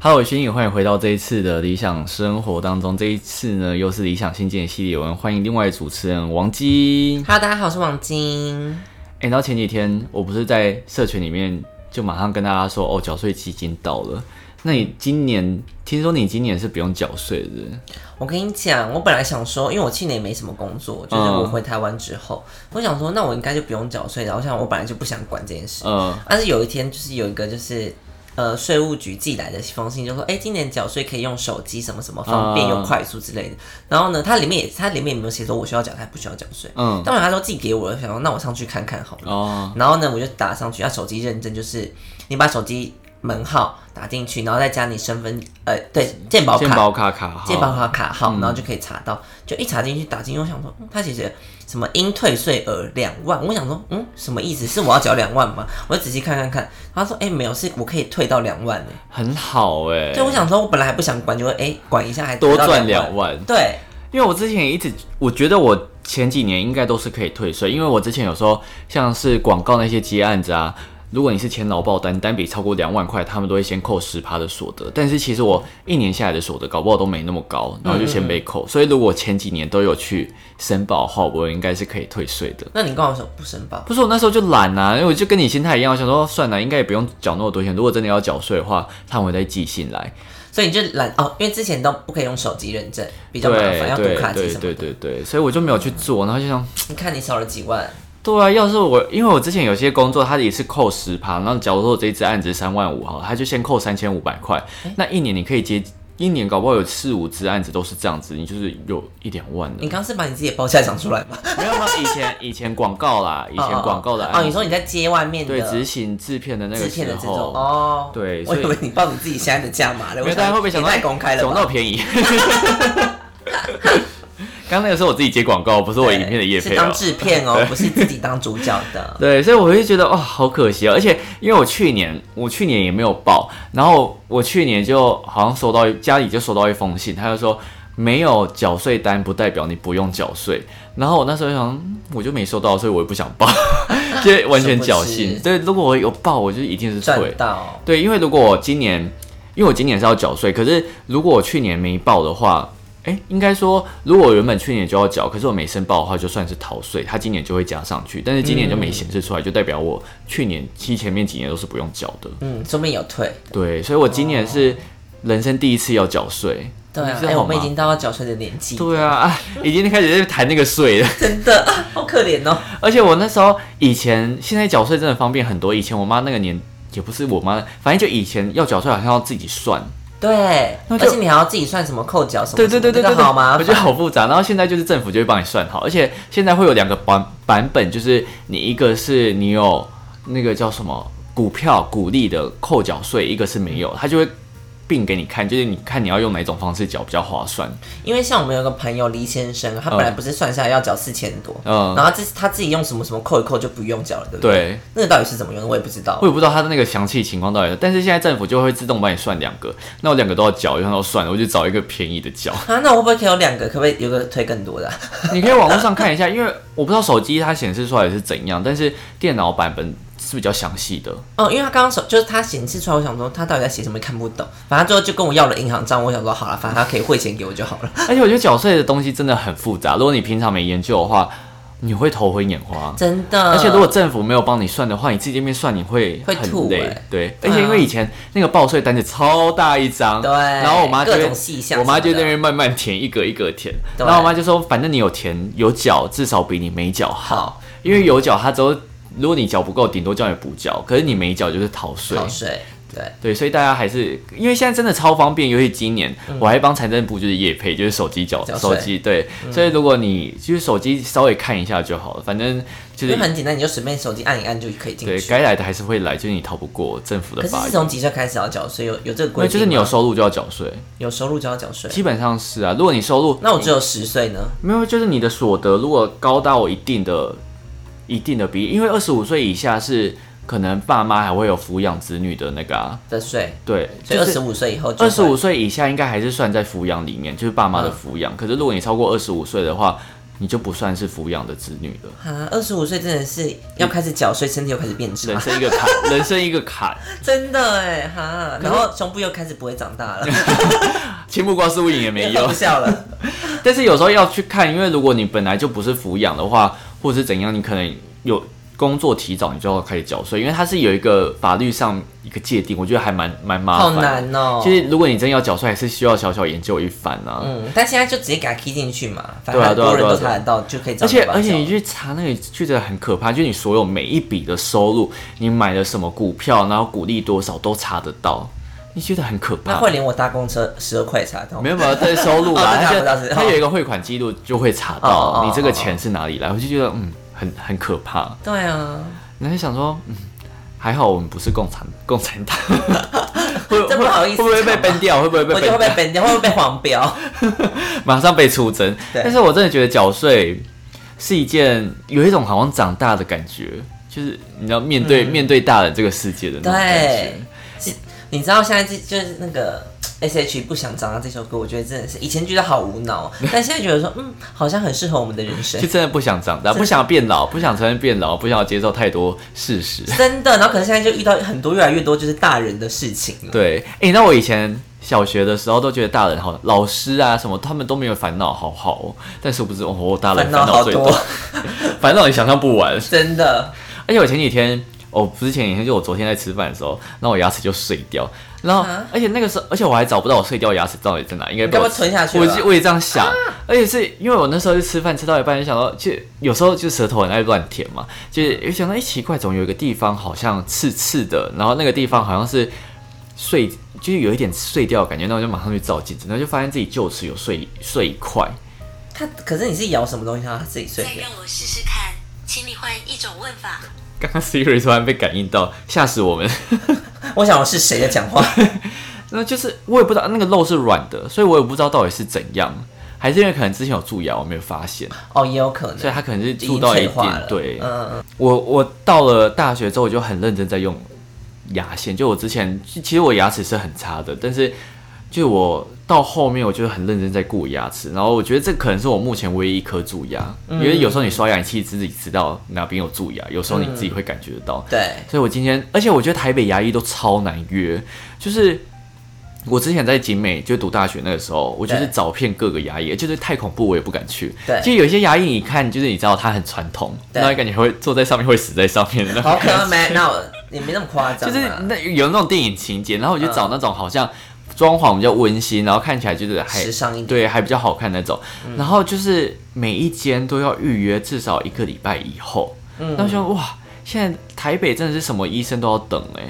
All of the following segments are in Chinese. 哈喽，新颖，欢迎回到这一次的理想生活当中。这一次呢，又是理想新建的系列，我们欢迎另外主持人王晶。 Hello，大家好，我是王晶。哎、你知道前几天我不是在社群里面就马上跟大家说，哦，缴税期已经到了。那你今年听说你今年是不用缴税的，我跟你讲，我本来想说，因为我去年没什么工作，嗯就是我回台湾之后，我想说，那我应该就不用缴税了。我想我本来就不想管这件事，呃，但是有一天就是有一个就是。呃，税务局寄来的一封信就说，哎、今年缴税可以用手机，什么什么方便又嗯快速之类的。然后呢，它里面也它里面也没有写说我需要缴，还不需要缴税。嗯，当然，他说寄给我了，想说那我上去看看好了。哦，然后呢，我就打上去，那手机认证就是你把手机门号打进去，然后再加你身份，呃，对，健保健卡，保卡嗯卡号，健保卡卡号，然后就可以查到。就一查进去，打进去，我想说，嗯他写着什么应退税额两万，我想说，嗯，什么意思？是我要缴两万吗？我就仔细看看看，他说，哎、没有，是我可以退到两万的。很好哎、所以我想说，我本来还不想管，就会哎、管一下还多退到赚两两。万。对，因为我之前也一直，我觉得我前几年应该都是可以退税，因为我之前有时候像是广告那些接案子啊，如果你是签劳报单，单笔超过两万块，他们都会先扣十趴的所得。但是其实我一年下来的所得搞不好都没那么高，然后就先被扣。所以如果我前几年都有去申报的话，我应该是可以退税的。那你告诉我为什么不申报？不是我那时候就懒啊，因为我就跟你心态一样，我想说算了，应该也不用缴那么多钱。如果真的要缴税的话，他们会再寄信来。所以你就懒哦，因为之前都不可以用手机认证，比较对麻烦，要对读卡机对什么对的。对对，所以我就没有去做，然后就想。你看你少了几万。对啊，要是我，因为我之前有些工作，它也是扣十趴，然后假如说我这一支案子三万五好了，他就先扣三千五百块，那一年你可以接，一年搞不好有四五支案子都是这样子，你就是有一两万的你。刚是把你自己的报价讲出来吗？没有没有，以前以前广告啦，以前广告的 哦，案你子，说你在接外面的对执行制片的那制个片时的这种候，哦，对我所以以为你报你自己现在的价码了，因我为大家会不会想到也太公开了怎么那么吧？便 宜？ 刚刚那个是我自己接广告，不是我影片的业是配哦当。制片 哦，不是自己当主角的。对，所以我就觉得哦，好可惜哦。而且因为我去年我去年也没有报，然后我去年就好像收到家里就收到一封信，他就说没有缴税单不代表你不用缴税。然后我那时候就想，嗯我就没收到，所以我也不想报， 就完全侥是不幸。是对，如果我有报，我就一定是赚退。到对，因为如果我今年，因为我今年是要缴税，可是如果我去年没报的话，哎，应该说，如果我原本去年就要缴，可是我没申报的话，就算是逃税，它今年就会加上去，但是今年就没显示出来，就代表我去年其实前面几年都是不用缴的。嗯，说明有退。对，所以我今年是人生第一次要缴税。对啊你，知道哎，我们已吗经到要缴税的年纪，对啊， 啊，已经开始在谈那个税了。真的啊好可怜哦。而且我那时候以前，现在缴税真的方便很多。以前我妈那个年，也不是我妈，反正就以前要缴税好像要自己算，对，那而就且你还要自己算什么扣缴什么，对对对对这对，个好吗？我觉得好复杂。然后现在就是政府就会帮你算好，而且现在会有两个版版本，就是你一个是你有那个叫什么股票股利的扣缴税，一个是没有，它就会并给你看，就是你看你要用哪种方式缴比较划算。因为像我们有个朋友黎先生，他本来不是算下来要缴四千多，嗯然后这他自己用什么什么扣一扣就不用缴了，对不对？对，那个到底是怎么用的，我也不知道我。也不知道它的那个详细情况到底是，但是现在政府就会自动帮你算两个，那我两个都要缴，然后算了，我就找一个便宜的缴。啊，那我会不会可以有两个？可不可以有个推更多的啊、 你可以网络上看一下，因为我不知道手机它显示出来是怎样，但是电脑版本是比较详细的。哦，因为他刚刚手就是他显示出来，我想说他到底在写什么看不懂，反正最后就跟我要了银行账，我想说好了，反正他可以汇钱给我就好 了。而且我觉得缴税的东西真的很复杂，如果你平常没研究的话，你会头昏眼花。真的，而且如果政府没有帮你算的话，你自己这边算你会会很吐累。欸对，而对啊且因为以前那个报税单子超大一张，对然后我妈就会各种细项我妈就什么在的那边慢慢填，一格一格填。对然后我妈就说，反正你有填有缴，至少比你没缴好，好因为有缴它之后，如果你缴不够，顶多叫你补缴，可是你没缴就是逃税。好水，对，对，所以大家还是因为现在真的超方便，尤其今年、我还帮财政部就是业配，就是手机缴嗯缴手税嗯机对，所以如果你就是手机稍微看一下就好了，反正就因为是很简单，你就随便手机按一按就可以进对去。该来的还是会来，就是你逃不过政府的可是法是律。从几岁开始要缴税？有有这个因规为定吗？就是你有收入就要缴税，有收入就要缴税。基本上是啊。如果你收入那我只有十岁呢？没有，就是你的所得如果高到一定的一定的比例，因为二十五岁以下是可能爸妈还会有抚养子女的那个啊，的税，对，所以就二是十五岁以后就二会十五岁以下应该还是算在抚养里面，就是爸妈的嗯抚养。可是如果你超过二十五岁的话，你就不算是抚养的子女了。啊，二十五岁真的是要开始缴税，身体又开始变人差，生一个坎，人生一个坎， 真的哎哈，然后胸部又开始不会长大了，青木瓜输赢也没放 有不。下 了。但是有时候要去看，因为如果你本来就不是抚养的话，或者是怎样，你可能有工作提早，你就要开始缴税，因为它是有一个法律上一个界定，我觉得还蛮蛮麻好烦。难哦、啊其实如果你真要缴税，还是需要小小研究一番啊。嗯，但现在就直接给它 key 进去嘛，反对正啊很对啊多人对啊都对啊查得到，就可以找而且到而且缴你去查那个，觉得很可怕，就是你所有每一笔的收入，你买了什么股票，然后股利多少都查得到，你觉得很可那怕。会连我搭公车十二块查到啊没，有没有，这是收入 哦啦，知道它就知道知道它有一个汇款记录就会查哦哦到哦你这个钱是哪里来，我就觉得嗯，很很可怕。对啊，你会想说，嗯，还好我们不是共产共产 党，会这不好意思会不会被讲吧崩掉？会不会被我就崩会被掉？ 本掉，会不会被黄标？马上被出征。对但是我真的觉得缴税是一件有一种好像长大的感觉，就是你知道面对、面对大人这个世界的那种感觉嗯对。，你知道现在这就是那个 S.H. 不想长大这首歌，我觉得真的是以前觉得好无 脑，但现在觉得说，嗯，好像很适合我们的人生就，真的不想长大，不想变老，不想承认变老，不想要接受太多事实。真的。然后可是现在就遇到很多越来越多就是大人的事情了，对，哎、那我以前小学的时候都觉得大人好，老师啊什么他们都没有烦恼，好好、哦。但是我不知道，哦，大人烦烦恼好最多多，， 烦恼你想象不完。真的。而且我前几天，哦，不是前几天，就我昨天在吃饭的时候，那我牙齿就碎掉，然后、啊而且那个时候，而且我还找不到我碎掉牙齿到底在哪，应该你被该不我会吞下去啊我了就我也这样想，而且是因为我那时候就吃饭吃到一半，就想到，就有时候就舌头很爱乱舔嘛，就是也想到，哎、奇怪，总有一个地方好像刺刺的，然后那个地方好像是碎，就是有一点碎掉的感觉，那我就马上去照镜子，然后就发现自己臼齿有碎碎一块，它可是你是咬什么东西让它自己碎再掉？让我试试看，请你换一种问法。刚刚 Siri 突然被感应到，吓死我们。我想我是谁在 讲话？那就是我也不知道那个肉是软的，所以我也不知道到底是怎样，还是因为可能之前有蛀牙，我没有发现，哦，也有可能，所以它可能是已蛀经到一退化点了。。对，嗯，我我到了大学之后，我就很认真在用牙线，就我之前其其实我牙齿是很差的，但是就我到后面，我就是很认真在顾牙齿，然后我觉得这可能是我目前唯一一颗蛀牙，因为有时候你刷牙，你其实自己知道哪边有蛀牙，有时候你自己会感觉得到。对，所以我今天，而且我觉得台北牙医都超难约，就是我之前在景美就读大学那个时候，我就是对找遍各个牙医，就是太恐怖我也不敢去。对就有一些牙医你看，就是你知道他很传统，对然后你感觉会坐在上面会死在上面的那种好 可爱没？那我也没那么夸 张就啊，是那有那种电影情节，然后我就嗯找那种好像装潢比较温馨，然后看起来就是还时尚一点。对还比较好看那种，嗯然后就是每一间都要预约至少一个礼拜以后，嗯那我想哇。现在台北真的是什么医生都要等哎、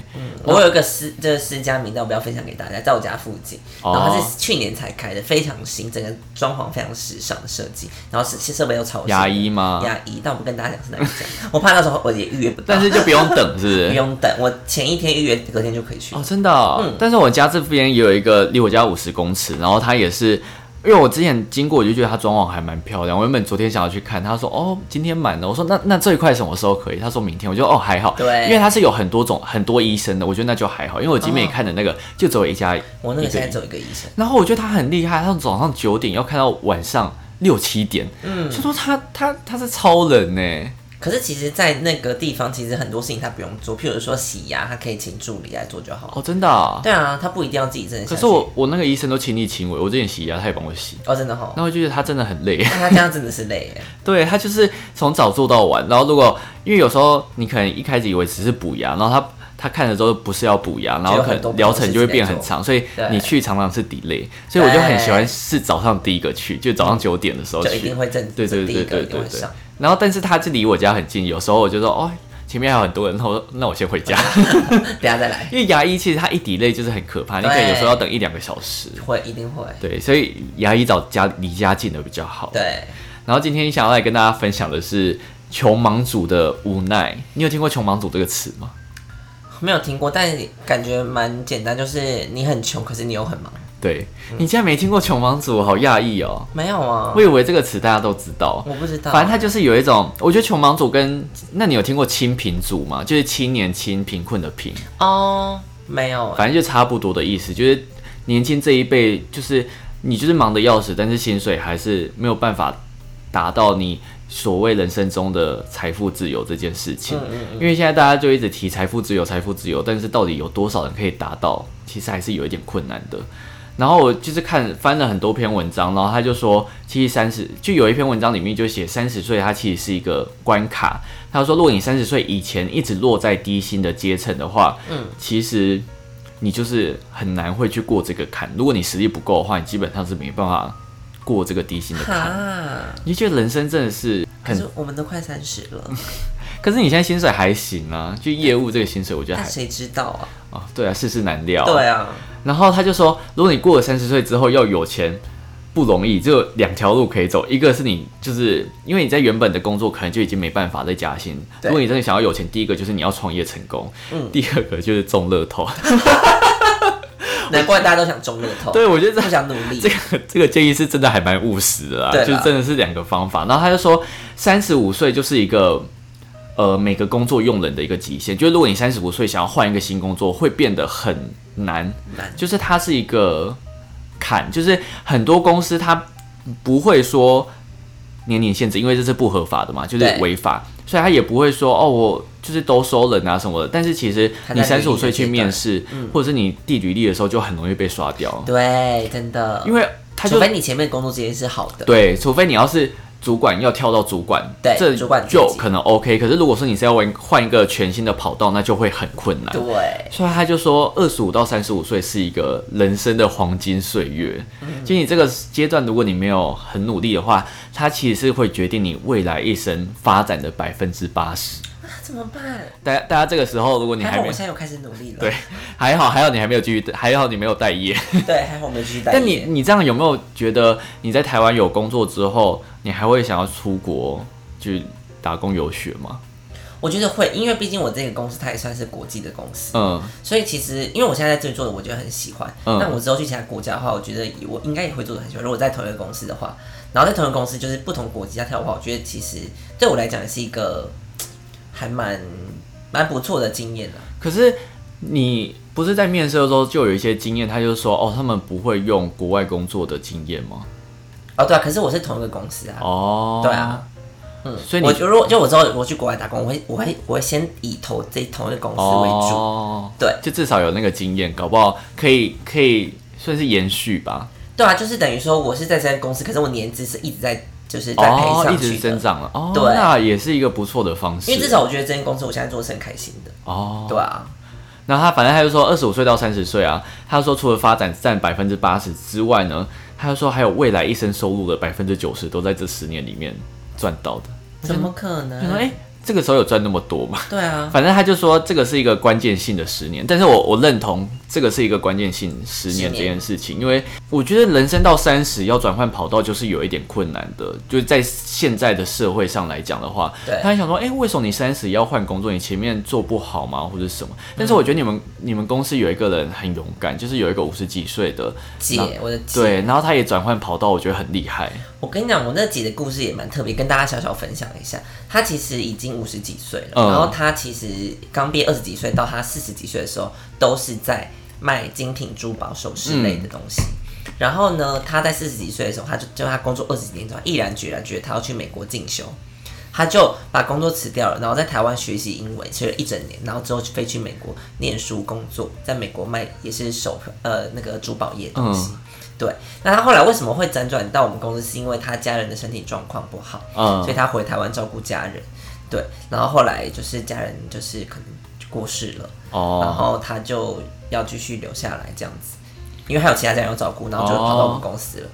我有一个私，就是私家名，但我不要分享给大家，在我家附近。哦然后它是去年才开的，非常新，整个装潢非常时尚的设计，然后设设备又超新。牙医吗？牙医，但我不跟大家讲是哪一家， 我怕到时候我也预约不到。 但是就不用等，是不 不是？用等，我前一天预约，隔天就可以去哦，。真的、哦。嗯但是我家这边也有一个离我家五十公尺，然后它也是，因为我之前经过，我就觉得它装潢还蛮漂亮。我原本昨天想要去看，他说哦，今天满了。我说那那这一块什么时候可以？他说明天。我就哦还好，对因为它是有很多种很多医生的，我觉得那就还好。因为我今哦天也看的那个、就只有一家，我那一个现在医只有一个医生，然后我觉得他很厉害，他从早上九点要看到晚上六七点，嗯，就说他他他是超人呢、可是其实，在那个地方，其实很多事情他不用做，譬如说洗牙，他可以请助理来做就好。哦，真的、啊。对啊，他不一定要自己真的下可去。是我我那个医生都亲力亲为，我之前洗牙他也帮我洗，哦，真的哈、然后我就觉得他真的很累， 那他这样真的是累耶。对他就是从早做到晚，然后如果因为有时候你可能一开始以为只是补牙，然后他他看了之后不是要补牙，然后可就有很能多不同疗的事程情就会变很长，所以对你去常常是 delay，所以我就很喜欢是早上第一个去，就早上九点的时候就一哦去定，会正，对对正第对一个对一定对会对上。。然后但是他就离我家很近，有时候我就说哦。前面还有很多人，那我说 那我先回 家，等下再来，因为牙医其实他一 delay 就是很可怕，你可能有时候要等一两个小时。会一定会。对，所以牙医找家离家近的比较好。，对，然后今天想要来跟大家分享的是穷忙族的无奈。你有听过穷忙族这个词吗？没有听过，但感觉蛮简单，就是你很穷，可是你又很忙。对、嗯你竟然没听过穷忙族，我好讶异哦！没有啊我，以为这个词大家都知道。我不知道。反正它就是有一种，我觉得穷忙族跟那你有听过清贫族吗？就是青年轻贫困的贫，哦，没有欸，反正就差不多的意思。就是年轻这一辈，就是你就是忙得要死，但是薪水还是没有办法达到你所谓人生中的财富自由这件事情。因为现在大家就一直提财富自由，财富自由，但是到底有多少人可以达到，其实还是有一点困难的。然后我就是看翻了很多篇文章，然后他就说，其实三十就有一篇文章里面就写三十岁，它其实是一个关卡。他说，如果你三十岁以前一直落在低薪的阶层的话，嗯，其实你就是很难会去过这个坎。如果你实力不够的话，你基本上是没办法过这个低薪的坎。哈，你就觉得人生真的是可很，是我们都快三十了，可是你现在薪水还行啊，就业务这个薪水，我觉得但还谁知道啊？哦，对啊，世事难料。对啊，然后他就说，如果你过了三十岁之后要有钱不容易，只有两条路可以走，一个是你就是因为你在原本的工作可能就已经没办法再加薪，对嗯如果你真的想要有钱，第一个就是你要创业成功，第二个就是中乐 透。难怪大家都想中乐透，对，我觉得不这想努力这。个这个建议是真的还蛮务实的啦，对啦就是真的是两个方法。然后他就说，三十五岁就是一个呃每个工作用人的一个极限，就是如果你三十五岁想要换一个新工作，会变得很难，难就是它是一个坎，就是很多公司它不会说年龄限制，因为这是不合法的嘛，就是对违法，所以他也不会说哦我。就是都收人啊什么的，但是其实还在你三十履历五的岁阶去段嗯面试，或者是你递履历的时候，就很容易被刷掉。对，真的，因为他除就非你前面的工作经验是好的，对，除非你要是主管要跳到主管，对这主管就阶级可能 OK。可是如果说你是要换换一个全新的跑道，那就会很困难。对，所以他就说，二十五到三十五岁是一个人生的黄金岁月。就你这个阶段，如果你没有很努力的话，它其实是会决定你未来一生发展的百分之八十。啊怎么办？大家大家这个时候，如果你还还好没我现在有开始努力了，对， 还好还好你还没有继续，还好你没有待业。对，还好我没继续待业。 但你你这样有没有觉得你在台湾有工作之后，你还会想要出国去打工游学吗？我觉得会，因为毕竟我这个公司它也算是国际的公司，嗯，所以其实因为我现在在这里做的，我觉得很喜欢。嗯那、我之后去其他国家的话，我觉得我应该也会做的很喜欢。如果在同一个公司的话，然后在同一个公司就是不同国家跳的话，我觉得其实对我来讲也是一个嘖还蛮蛮不错的经验的。可是你不是在面试的时候就有一些经验，他就说哦，他们不会用国外工作的经验吗？哦，对啊，可是我是同一个公司啊。哦，对啊，嗯，所以你我就如果就我之后我去国外打工，我会我会我会先以投这同一个公司为主。哦，对就至少有那个经验，搞不好可以可以算是延续吧。对啊，就是等于说我是在这间公司，可是我年资是一直在就是在培哦，上一去直的。增长了，哦，对那也是一个不错的方式，啊因为至少我觉得这间公司我现在做是很开心的，哦，对啊，然后他反正他就说，二十五岁到三十岁啊，他说除了发展占百分之八十之外呢，他就说还有未来一生收入的百分之九十都在这十年里面赚到的。怎么可他说，能？哎、这个时候有赚那么多吗？ 对啊，反正他就说这个是一个关键性的十年，但是我我认同这个是一个关键性十年十年这件事情，因为我觉得人生到三十要转换跑道就是有一点困难的，就是在现在的社会上来讲的话对，他还想说，哎、为什么你三十要换工作？你前面做不好吗，或者什么？但是我觉得你们、你们公司有一个人很勇敢，就是有一个五十几岁的，姐，我的姐，对，然后他也转换跑道，我觉得很厉害，我跟你讲，我那姐的故事也蛮特别，跟大家小小分享一下。她其实已经五十几岁了，嗯然后她其实刚毕业二十几岁到她四十几岁的时候，都是在卖精品、珠宝、首饰类的东西。然后呢，她在四十几岁的时候，她就就她工作二十几年之后，毅然决然觉得她要去美国进修。她就把工作辞掉了，然后在台湾学习英文，学了一整年，然后之后就飞去美国念书工作，在美国卖也是手呃那个珠宝业的东西。对，那他后来为什么会辗转到我们公司？是因为他家人的身体状况不好，嗯所以他回台湾照顾家人。对，然后后来就是家人就是可能过世了，然哦，后他就要继续留下来这样子，因为还有其他家人要照顾，然后就跑到我们公司了。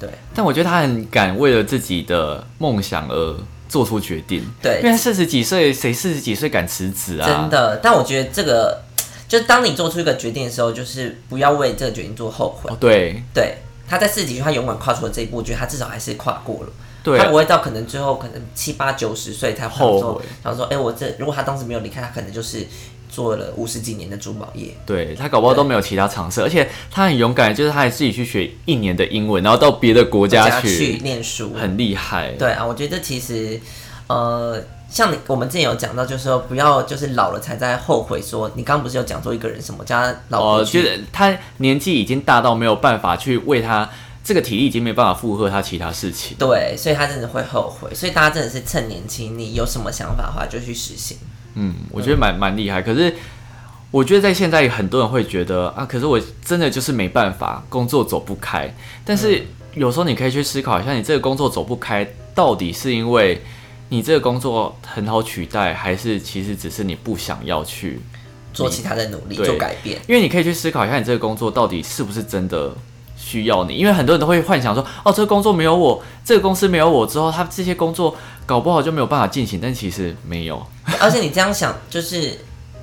对，但我觉得他很敢为了自己的梦想而做出决定，对因为他四十几岁，谁四十几岁敢辞职啊？真的，但我觉得这个就是当你做出一个决定的时候，就是不要为这个决定做后悔哦，。对对，他在四级，他勇敢跨出了这一步，我觉得他至少还是跨过了。对他不会到可能最后可能七八九十岁才想说后悔想说，哎、我这如果他当时没有离开，他可能就是做了五十几年的珠宝业。对，他搞不好都没有其他尝试，而且他很勇敢，就是他还自己去学一年的英文，然后到别的国家去去，念书，很厉害。对啊，我觉得其实，呃，像你我们之前有讲到，就是说不要就是老了才在后悔说，你刚刚不是有讲说一个人什么叫他老哦，婆就去、是他年纪已经大到没有办法去为他这个体力已经没办法负荷他其他事情。对，所以他真的会后悔。所以大家真的是趁年轻，你有什么想法的话就去实行。嗯，我觉得蛮蛮厉害。可是我觉得在现在很多人会觉得啊，可是我真的就是没办法，工作走不开。但是有时候你可以去思考一下，你这个工作走不开，到底是因为你这个工作很好取代，还是其实只是你不想要去？做其他的努力，对做改变。因为你可以去思考一下，你这个工作到底是不是真的需要你？因为很多人都会幻想说，哦，这个工作没有我，这个公司没有我之后，他这些工作搞不好就没有办法进行。但其实没有，而且你这样想，就是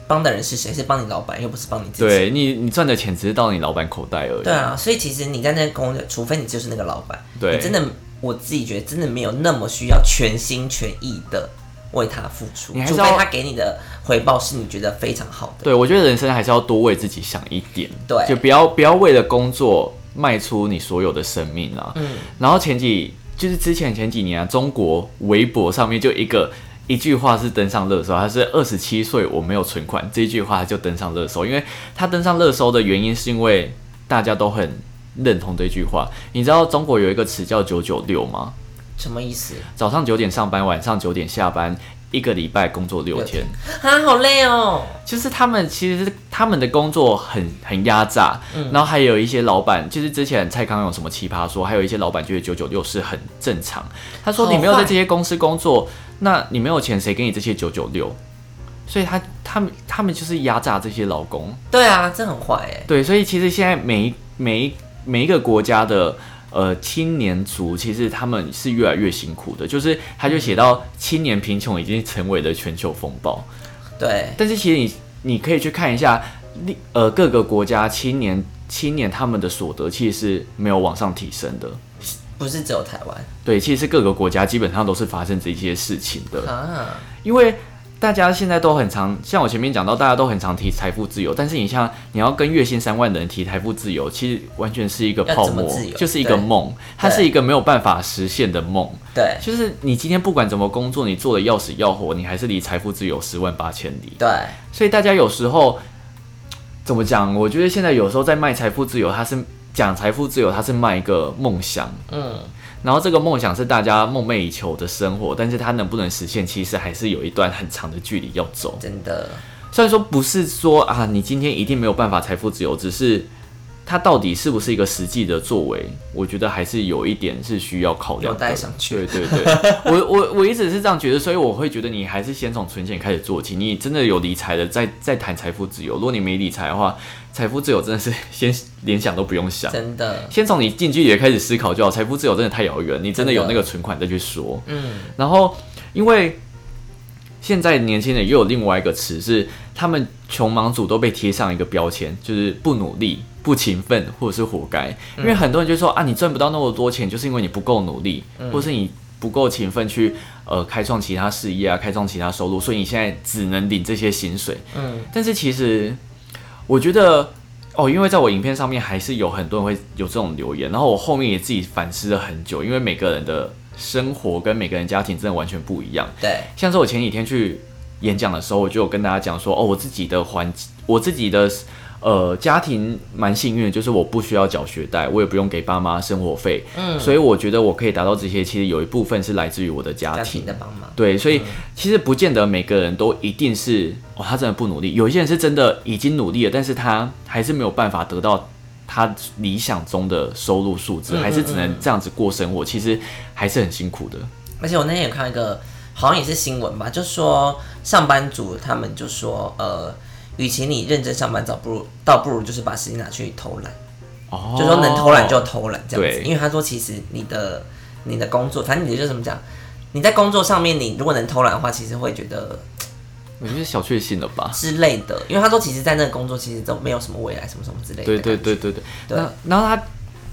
帮的人是谁？是帮你老板，又不是帮你自己。对你，你赚的钱只是到你老板口袋而已。对啊，所以其实你在那个工作，除非你就是那个老板，对你真的，我自己觉得真的没有那么需要全心全意的为他付出你，还是除要非他给你的回报是你觉得非常好的。对，我觉得人生还是要多为自己想一点，对就不要不要为了工作卖出你所有的生命啊。嗯，然后前几就是之前前几年啊，中国微博上面就一个一句话是登上热搜，他是二十七岁我没有存款这一句话就登上热搜，因为他登上热搜的原因是因为大家都很认同这句话。你知道中国有一个词叫九九六吗？什么意思？早上九点上班，晚上九点下班，一个礼拜工作六六天天。啊，好累哦。就是他们其实是他们的工作很很压榨，嗯然后还有一些老板，就是之前蔡康永什么奇葩说，还有一些老板觉得九九六是很正常。他说好你没有在坏这些公司工作，那你没有钱，谁给你这些九九六？所以他他们他们就是压榨这些劳工。对啊，这很坏哎。对，所以其实现在每一每一每一个国家的呃青年族，其实他们是越来越辛苦的。就是他就写嗯到青年贫穷已经成为了全球风暴。对，但是其实你你可以去看一下，历呃各个国家青年青年他们的所得其实是没有往上提升的。不是只有台湾对，其实是各个国家基本上都是发生这些事情的，啊。因为大家现在都很常，像我前面讲到，大家都很常提财富自由，但是你像你要跟月薪三万的人提财富自由，其实完全是一个要泡怎么沫自由，就是一个对梦，它是一个没有办法实现的梦。对就是你今天不管怎么工作，你做的要死要活，你还是离财富自由十万八千里。对，所以大家有时候怎么讲？我觉得现在有时候在卖财富自由，它是讲财富自由，它是卖一个梦想，嗯，然后这个梦想是大家梦寐以求的生活，但是它能不能实现，其实还是有一段很长的距离要走。真的，虽然说不是说啊，你今天一定没有办法财富自由，只是。它到底是不是一个实际的作为？我觉得还是有一点是需要考量有的。待商榷对对对， 我我我一直是这样觉得，所以我会觉得你还是先从存钱开始做起。你真的有理财的，再再谈财富自由。如果你没理财的话，财富自由真的是先连想都不用想，真的，先从你近距离的开始思考就好。财富自由真的太遥远，你真的有真那的个存款再去说。嗯，然后因为现在年轻人又有另外一个词是，他们穷忙族都被贴上一个标签，就是不努力、不勤奋或者是活该。嗯因为很多人就说啊，你赚不到那么多钱，就是因为你不够努力，嗯或是你不够勤奋去呃开创其他事业啊，开创其他收入，所以你现在只能领这些薪水。嗯，但是其实我觉得。哦，因为在我影片上面还是有很多人会有这种留言，然后我后面也自己反思了很久，因为每个人的生活跟每个人家庭真的完全不一样。对，像是我前几天去演讲的时候，我就有跟大家讲说，哦，我自己的环，我自己的呃家庭蛮幸运的，就是我不需要缴学贷，我也不用给爸妈生活费，嗯，所以我觉得我可以达到这些，其实有一部分是来自于我的家家庭庭。的帮忙，对，所以其实不见得每个人都一定是哦，他真的不努力。有一些人是真的已经努力了，但是他还是没有办法得到他理想中的收入数字，还是只能这样子过生活，其实还是很辛苦的。而且我那天有看到一个，好像也是新闻吧，就说上班族他们就说，呃，与其你认真上班，倒不如倒不如就是把时间拿去偷懒，哦，就说能偷懒就偷懒这样对子。因为他说，其实你的你的工作，反正你就怎么讲，你在工作上面，你如果能偷懒的话，其实会觉得我觉得小确幸了吧？之类的。因为他说，其实，在那个工作其实都没有什么未来，什么什么之类的。对对对，对对。对那然后他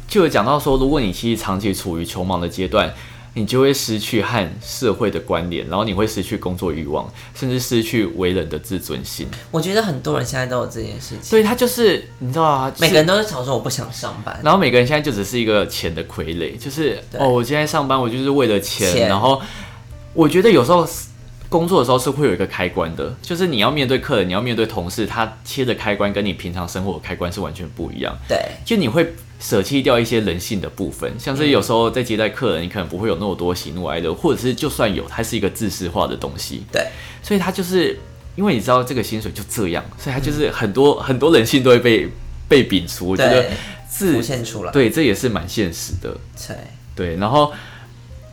就有讲到说，如果你其实长期处于穷忙的阶段，你就会失去和社会的关联，然后你会失去工作欲望，甚至失去为人的自尊心。我觉得很多人现在都有这件事情，所以他就是你知道啊，每是个人都是吵说我不想上班，然后每个人现在就只是一个钱的傀儡，就是对哦，我今天上班我就是为了钱，钱然后我觉得有时候工作的时候是会有一个开关的，就是你要面对客人，你要面对同事，他切的开关跟你平常生活的开关是完全不一样。对，就你会舍弃掉一些人性的部分，像是有时候在接待客人，你可能不会有那么多喜怒哀乐，或者是就算有，它是一个自私化的东西。对，所以它就是因为你知道这个薪水就这样，所以它就是很多、很多人性都会被被摒除。我觉得嗯对自浮现出来对，这也是蛮现实的。对，对，然后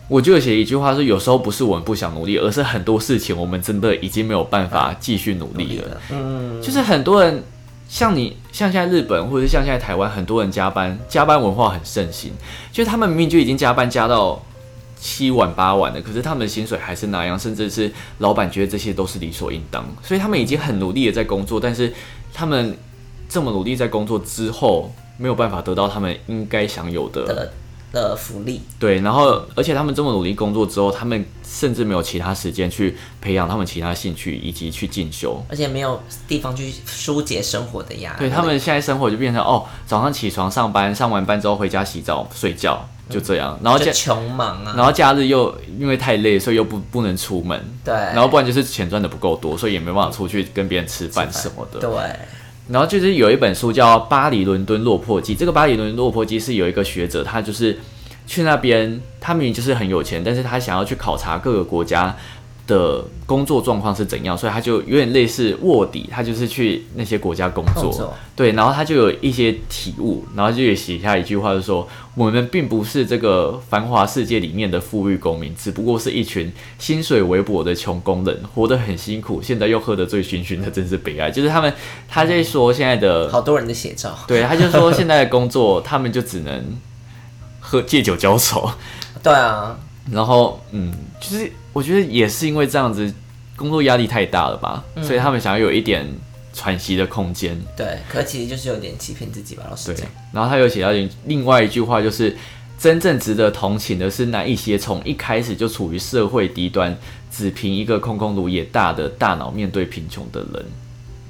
我就有写一句话说，有时候不是我们不想努力，而是很多事情我们真的已经没有办法继续啊努力了。嗯，就是很多人像你，像现在日本或者是像现在台湾，很多人加班，加班文化很盛行，就是他们明明就已经加班加到。七晚八晚的，可是他们的薪水还是那样，甚至是老板觉得这些都是理所应当，所以他们已经很努力的在工作，但是他们这么努力在工作之后，没有办法得到他们应该享有的的福利，对，然后而且他们这么努力工作之后，他们甚至没有其他时间去培养他们其他兴趣以及去进修。而且没有地方去疏解生活的压力。对他们现在生活就变成哦，早上起床上班，上完班之后回家洗澡睡觉，就这样。然后假嗯就穷忙啊，然后假日又因为太累，所以又不不能出门。对然后不然就是钱赚的不够多，所以也没办法出去跟别人吃饭什么的。对，然后就是有一本书叫《巴黎伦敦落魄记》，这个《巴黎伦敦落魄记》是有一个学者，他就是去那边，他明明就是很有钱，但是他想要去考察各个国家的工作状况是怎样，所以他就有点类似卧底，他就是去那些国家工作，工作对，然后他就有一些体悟，然后就也写下一句话，就说我们并不是这个繁华世界里面的富裕公民，只不过是一群薪水微薄的穷工人，活得很辛苦，现在又喝得醉醺醺的，真是悲哀。就是他们，他在说现在的好多人的写照。对，他就说现在的工作，他们就只能喝借酒浇愁。对啊，然后，嗯，就是我觉得也是因为这样子，工作压力太大了吧，所以他们想要有一点喘息的空间。对，可其实就是有点欺骗自己吧，老实对讲。，然后他有写到另另外一句话，就是真正值得同情的是那一些从一开始就处于社会低端，只凭一个空空如也大的大脑面对贫穷的人。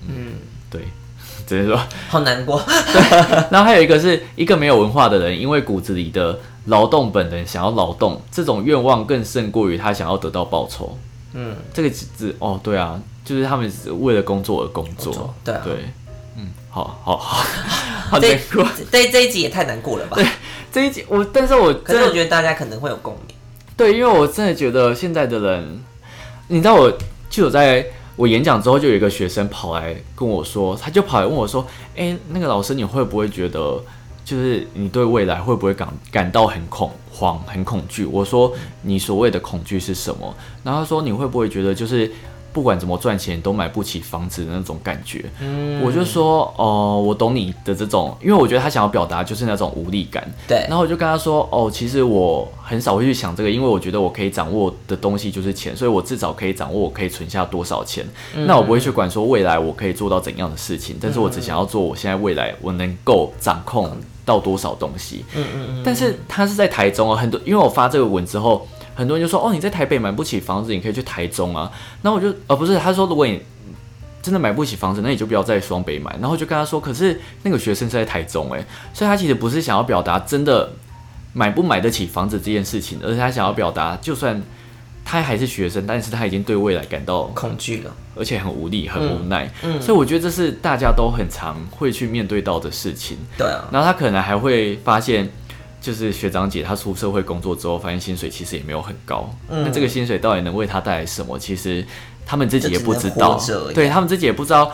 嗯，对， 只能说好难过，然后还有一个是一个没有文化的人，因为骨子里的劳动本能想要劳动，这种愿望更胜过于他想要得到报酬。嗯，这个字哦，对啊，就是他们是为了工作而工作，作对啊嗯，好好好，好难这过。对这一集也太难过了吧？这一集我，但是我可真是我的觉得大家可能会有共鸣。对，因为我真的觉得现在的人，你知道我就有在我演讲之后，就有一个学生跑来跟我说，他就跑来问我说：“哎、那个老师，你会不会觉得，就是你对未来会不会感感到很恐慌、很恐惧？”我说：“你所谓的恐惧是什么？”然后他说：“你会不会觉得就是？”不管怎么赚钱都买不起房子的那种感觉，嗯我就说哦、我懂你的这种，因为我觉得他想要表达就是那种无力感，对然，后我就跟他说，哦，其实我很少会去想这个，因为我觉得我可以掌握的东西就是钱，所以我至少可以掌握我可以存下多少钱。那我不会去管说未来我可以做到怎样的事情，但是我只想要做我现在未来我能够掌控到多少东西。嗯嗯但是他是在台中啊，很多因为我发这个文之后，很多人就说哦，你在台北买不起房子，你可以去台中啊。然后我就呃不是，他说如果你真的买不起房子，那你就不要在双北买。然后我就跟他说，可是那个学生是在台中诶、所以他其实不是想要表达真的买不买得起房子这件事情，而是他想要表达，就算他还是学生，但是他已经对未来感到嗯，恐惧了。而且很无力、很无奈。嗯所以我觉得这是大家都很常会去面对到的事情。对啊，然后他可能还会发现，就是学长姐她出社会工作之后，发现薪水其实也没有很高。嗯那这个薪水到底能为她带来什么？其实他们自己也不知道就只能活着而，已对他们自己也不知道。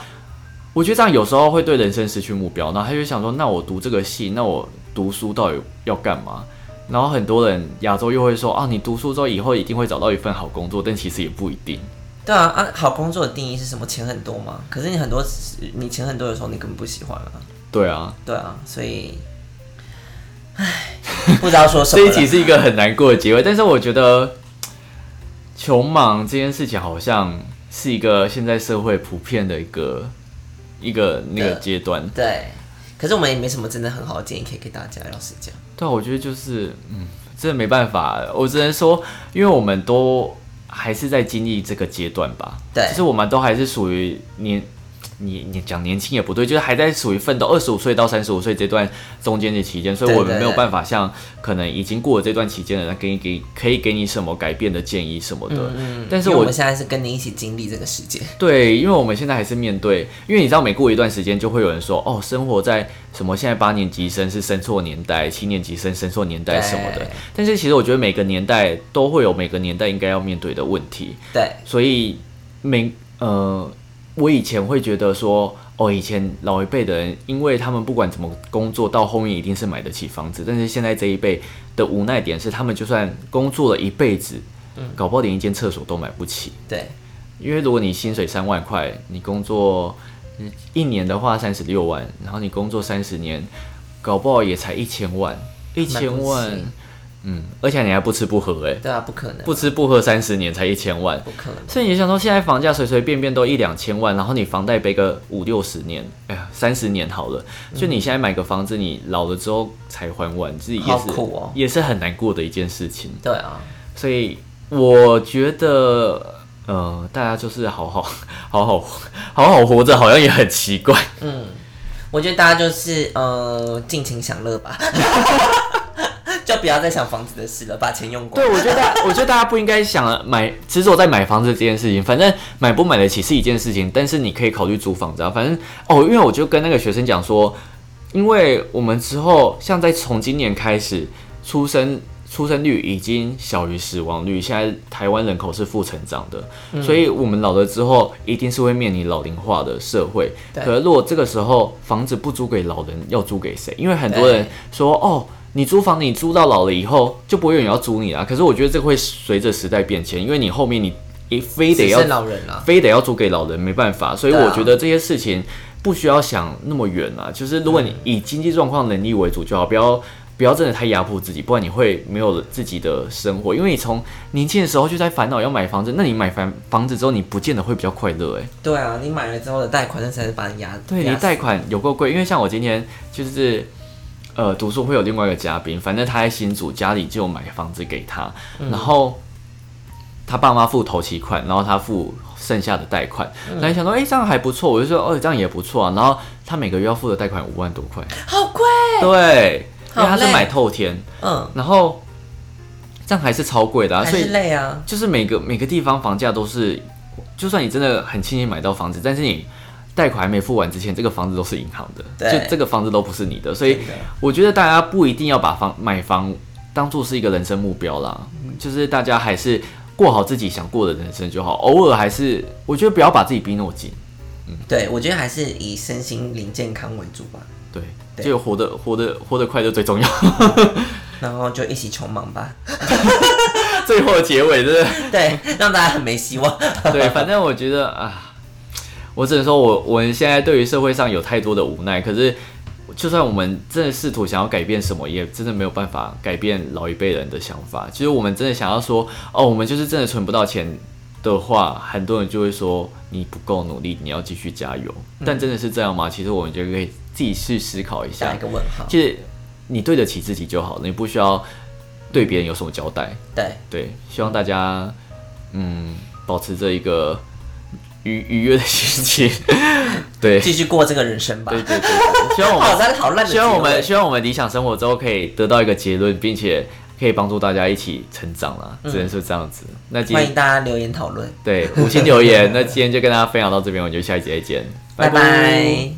我觉得这样有时候会对人生失去目标，然后他就想说，那我读这个系，那我读书到底要干嘛？然后很多人亚洲又会说啊，你读书之后以后一定会找到一份好工作，但其实也不一定。对啊啊！好工作的定义是什么？钱很多吗？可是你很多，你钱很多的时候，你根本不喜欢啊。对啊，对啊，所以，唉，不知道说什 这么一了。集是一个很难过的结尾，但是我觉得穷忙这件事情好像是一个现在社会普遍的一个一个那个对阶段。对，可是我们也没什么真的很好的建议可以给大家，老实讲。对啊，我觉得就是嗯，真的没办法，我只能说，因为我们都还是在经历这个阶段吧。对其实我们都还是属于年你你讲年轻也不对，就是还在属于奋斗二十五岁到三十五岁这段中间的期间，所以我对对们对没有办法像可能已经过了这段期间的人给你给可以给你什么改变的建议什么的。嗯但是嗯因为我们现在是跟你一起经历这个世界，对，因为我们现在还是面对，因为你知道，每过一段时间就会有人说，哦，生活在什么现在八年级生是生错年代，七年级生生错年代什么的对。但是其实我觉得每个年代都会有每个年代应该要面对的问题，对，所以每呃，我以前会觉得说，哦，以前老一辈的人，因为他们不管怎么工作，到后面一定是买得起房子。但是现在这一辈的无奈点是，他们就算工作了一辈子，搞不好连一间厕所都买不起。对，因为如果你薪水三万块，你工作嗯一年的话三十六万，然后你工作三十年，搞不好也才一千万，一千万买不起，嗯，而且你还不吃不喝、欸，对啊，不可能，不吃不喝三十年才一千万，不可能，所以你想说，现在房价随随便便都一两千万，然后你房贷背个五六十年，哎呀，三十年好了，嗯就你现在买个房子，你老了之后才还完，自己也好是、苦哦也是很难过的一件事情。对啊，所以我觉得，呃，大家就是好好好好好好活着，好像也很奇怪。我觉得大家就是呃尽情享乐吧， 就不要再想房子的事了，把钱用光对，。我觉得大，我觉得大家不应该想买执着在买房子这件事情。反正买不买得起是一件事情，但是你可以考虑租房子啊。反正哦，因为我就跟那个学生讲说，因为我们之后像在从今年开始，出生出生率已经小于死亡率，现在台湾人口是负成长的，所以我们老了之后一定是会面临老龄化的社会。对可是如果这个时候房子不租给老人，要租给谁？因为很多人对说哦。你租房，你租到老了以后，就不会有人要租你啦。啊可是我觉得这个会随着时代变迁，因为你后面你一非得只要剩老人啊了，非得要租给老人，没办法。所以对啊我觉得这些事情不需要想那么远啊，就是如果嗯你以经济状况能力为主就好，不要不要真的太压迫自己，不然你会没有自己的生活。因为你从年轻的时候就在烦恼要买房子，那你买房房子之后，你不见得会比较快乐诶、欸对啊，你买了之后的贷款，那才是把你压，对压你死贷款有够贵，因为像我今天就是。呃，读书会有另外一个嘉宾，反正他在新竹，家里就有买房子给他，嗯然后他爸妈付头期款，然后他付剩下的贷款。嗯然后想说，哎、这样还不错，我就说，哦，这样也不错啊。然后他每个月要付的贷款五万多块，好贵，对，因为他好是累买透天，嗯，然后这样还是超贵的、啊，还所以是累啊，就是每个每个地方房价都是，就算你真的很轻易买到房子，但是你贷款还没付完之前，这个房子都是银行的，对就这个房子都不是你的，所以真的我觉得大家不一定要把房买房当做是一个人生目标啦，嗯就是大家还是过好自己想过的人生就好，偶尔还是我觉得不要把自己逼那么紧，对我觉得还是以身心灵健康为主吧，对，对就活得活得活得快乐最重要。 然后就一起穷忙吧，最后的结尾真的。对，让大家很没希望。对，反正我觉得啊，我只能说我我们现在对于社会上有太多的无奈，可是就算我们真的试图想要改变什么，也真的没有办法改变老一辈人的想法。其实我们真的想要说，哦，我们就是真的存不到钱的话，很多人就会说你不够努力，你要继续加油。但真的是这样吗？其实我们就可以自己去思考一打下一。个问号，其实你对得起自己就好了，你不需要对别人有什么交代。对，对，希望大家嗯保持着一个愉愉悦的心情。 对，继对续过这个人生吧。对对对，希望我 好，们真的好烂的结尾。希望我们希望我们理想生活之后可以得到一个结论，并且可以帮助大家一起成长啦，只能说这样子。那今嗯欢天迎大家留言讨论，对五星留言，那今天就跟大家分享到这边，我们就下一集再见，拜拜